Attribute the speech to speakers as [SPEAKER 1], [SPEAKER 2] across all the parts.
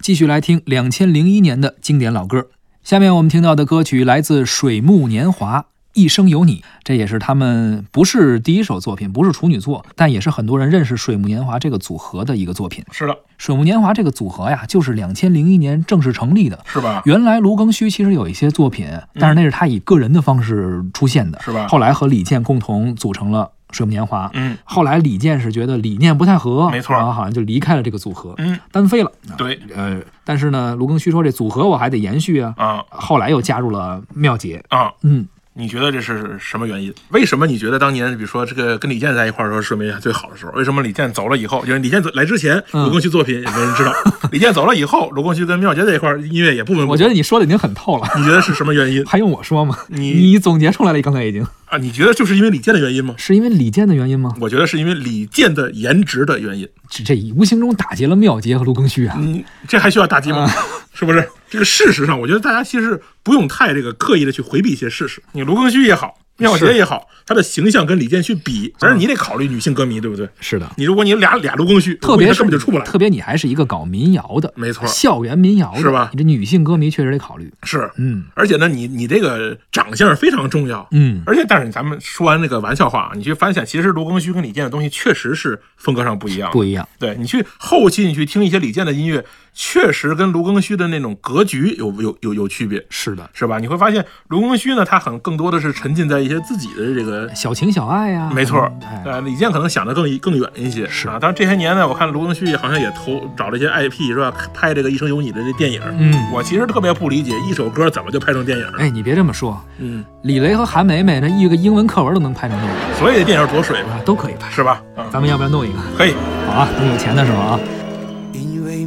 [SPEAKER 1] 继续来听两千零一年的经典老歌。下面我们听到的歌曲来自《水木年华》。一生有你，这也是他们不是第一首作品，不是处女作，但也是很多人认识水木年华这个组合的一个作品。
[SPEAKER 2] 是的，
[SPEAKER 1] 水木年华这个组合呀，就是两千零一年正式成立的。
[SPEAKER 2] 是吧？
[SPEAKER 1] 原来卢庚戌其实有一些作品，但是那是他以个人的方式出现的，
[SPEAKER 2] 是吧
[SPEAKER 1] 后来和李健共同组成了水木年华。
[SPEAKER 2] 嗯
[SPEAKER 1] 后来李健是觉得理念不太合，
[SPEAKER 2] 没错
[SPEAKER 1] 然后好像就离开了这个组合，
[SPEAKER 2] 嗯，
[SPEAKER 1] 单飞了。
[SPEAKER 2] 对
[SPEAKER 1] 呃，但是呢，卢庚戌说这组合我还得延续啊，
[SPEAKER 2] 啊
[SPEAKER 1] 后来又加入了妙姐。
[SPEAKER 2] 啊，
[SPEAKER 1] 嗯，
[SPEAKER 2] 你觉得这是什么原因？为什么你觉得当年比如说这个跟李健在一块儿的时候是没最好的时候？为什么李健走了以后，就是李健走来之前，
[SPEAKER 1] 嗯
[SPEAKER 2] 卢庚戌作品也没人 知道，李健走了以后，卢庚戌跟妙杰在一块儿音乐也不闻不
[SPEAKER 1] 我觉得你说的已经很透了。
[SPEAKER 2] 你觉得是什么原因
[SPEAKER 1] 还用我说吗？
[SPEAKER 2] 你
[SPEAKER 1] 总结出来了，刚才已经
[SPEAKER 2] 啊？你觉得就是因为李健的原因吗？
[SPEAKER 1] 是因为李健的原因吗？
[SPEAKER 2] 我觉得是因为李健的颜值的原因。
[SPEAKER 1] 这这无形中打击了妙杰和卢庚戌啊。
[SPEAKER 2] 嗯，这还需要打击吗？是不是？这个事实上，我觉得大家其实不用太这个刻意的去回避一些事实。你卢庚戌也好，妙
[SPEAKER 1] 是啊
[SPEAKER 2] 杰也好，他的形象跟李健去比，反正你得考虑女性歌迷，对不对？
[SPEAKER 1] 是的，
[SPEAKER 2] 你如果你俩俩卢庚戌，
[SPEAKER 1] 特别
[SPEAKER 2] 我
[SPEAKER 1] 是
[SPEAKER 2] 估计他根本就出不来。
[SPEAKER 1] 特别你还是一个搞民谣的，
[SPEAKER 2] 没错
[SPEAKER 1] 校园民谣的
[SPEAKER 2] 是吧
[SPEAKER 1] 你这女性歌迷确实得考虑。
[SPEAKER 2] 是，
[SPEAKER 1] 嗯
[SPEAKER 2] 而且呢，你你这个长相非常重要。
[SPEAKER 1] 嗯，
[SPEAKER 2] 而且，但是咱们说完那个玩笑话啊，你去发现，其实卢庚戌跟李健的东西确实是风格上不一样的。
[SPEAKER 1] 不一样。
[SPEAKER 2] 对你去后期你去听一些李健的音乐，确实跟卢庚戌的那种格局有有有有区别，
[SPEAKER 1] 是的，
[SPEAKER 2] 是吧？你会发现卢庚戌呢，他很更多的是沉浸在一些自己的这个。
[SPEAKER 1] 小情小爱呀、
[SPEAKER 2] 没错
[SPEAKER 1] 嗯，哎，
[SPEAKER 2] 呃，李健可能想的更更远一些，
[SPEAKER 1] 是
[SPEAKER 2] 啊。当然这些年呢，我看卢庚戌好像也投找了一些 IP 是吧，拍这个《一生有你》的这电影。
[SPEAKER 1] 嗯，
[SPEAKER 2] 我其实特别不理解，一首歌怎么就拍成电影？
[SPEAKER 1] 哎，你别这么说，
[SPEAKER 2] 嗯，
[SPEAKER 1] 李雷和韩梅梅那一个英文课文都能拍成那样
[SPEAKER 2] 所以电影多水嘛，
[SPEAKER 1] 啊，都可以拍。
[SPEAKER 2] 是吧？啊，
[SPEAKER 1] 咱们要不要弄一个？
[SPEAKER 2] 可以。
[SPEAKER 1] 好啊，等有钱的时候啊。
[SPEAKER 3] 因为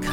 [SPEAKER 3] 看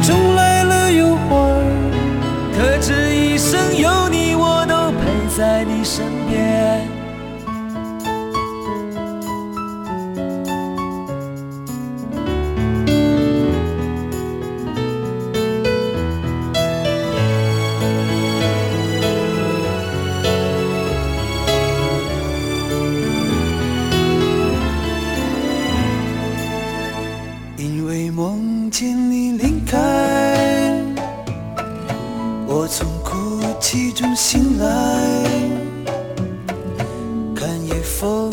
[SPEAKER 3] 中来了又还。可知一生有你，我都陪在你身边。因为梦见你离开。我从哭泣中醒来，看夜风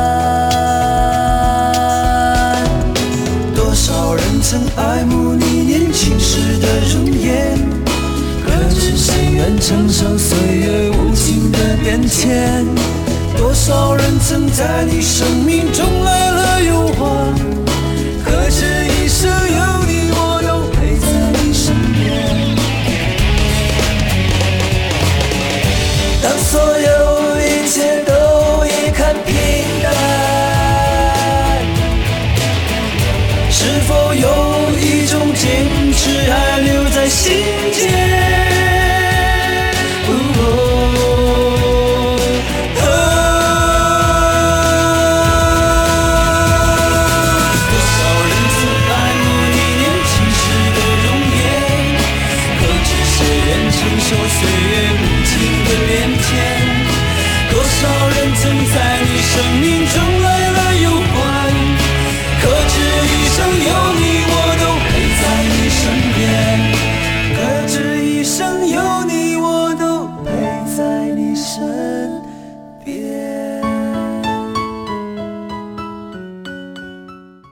[SPEAKER 3] 多少人曾爱慕你年轻时的容颜，可知谁愿承受岁月无情的变迁？多少人曾在你生命中来了又还，哦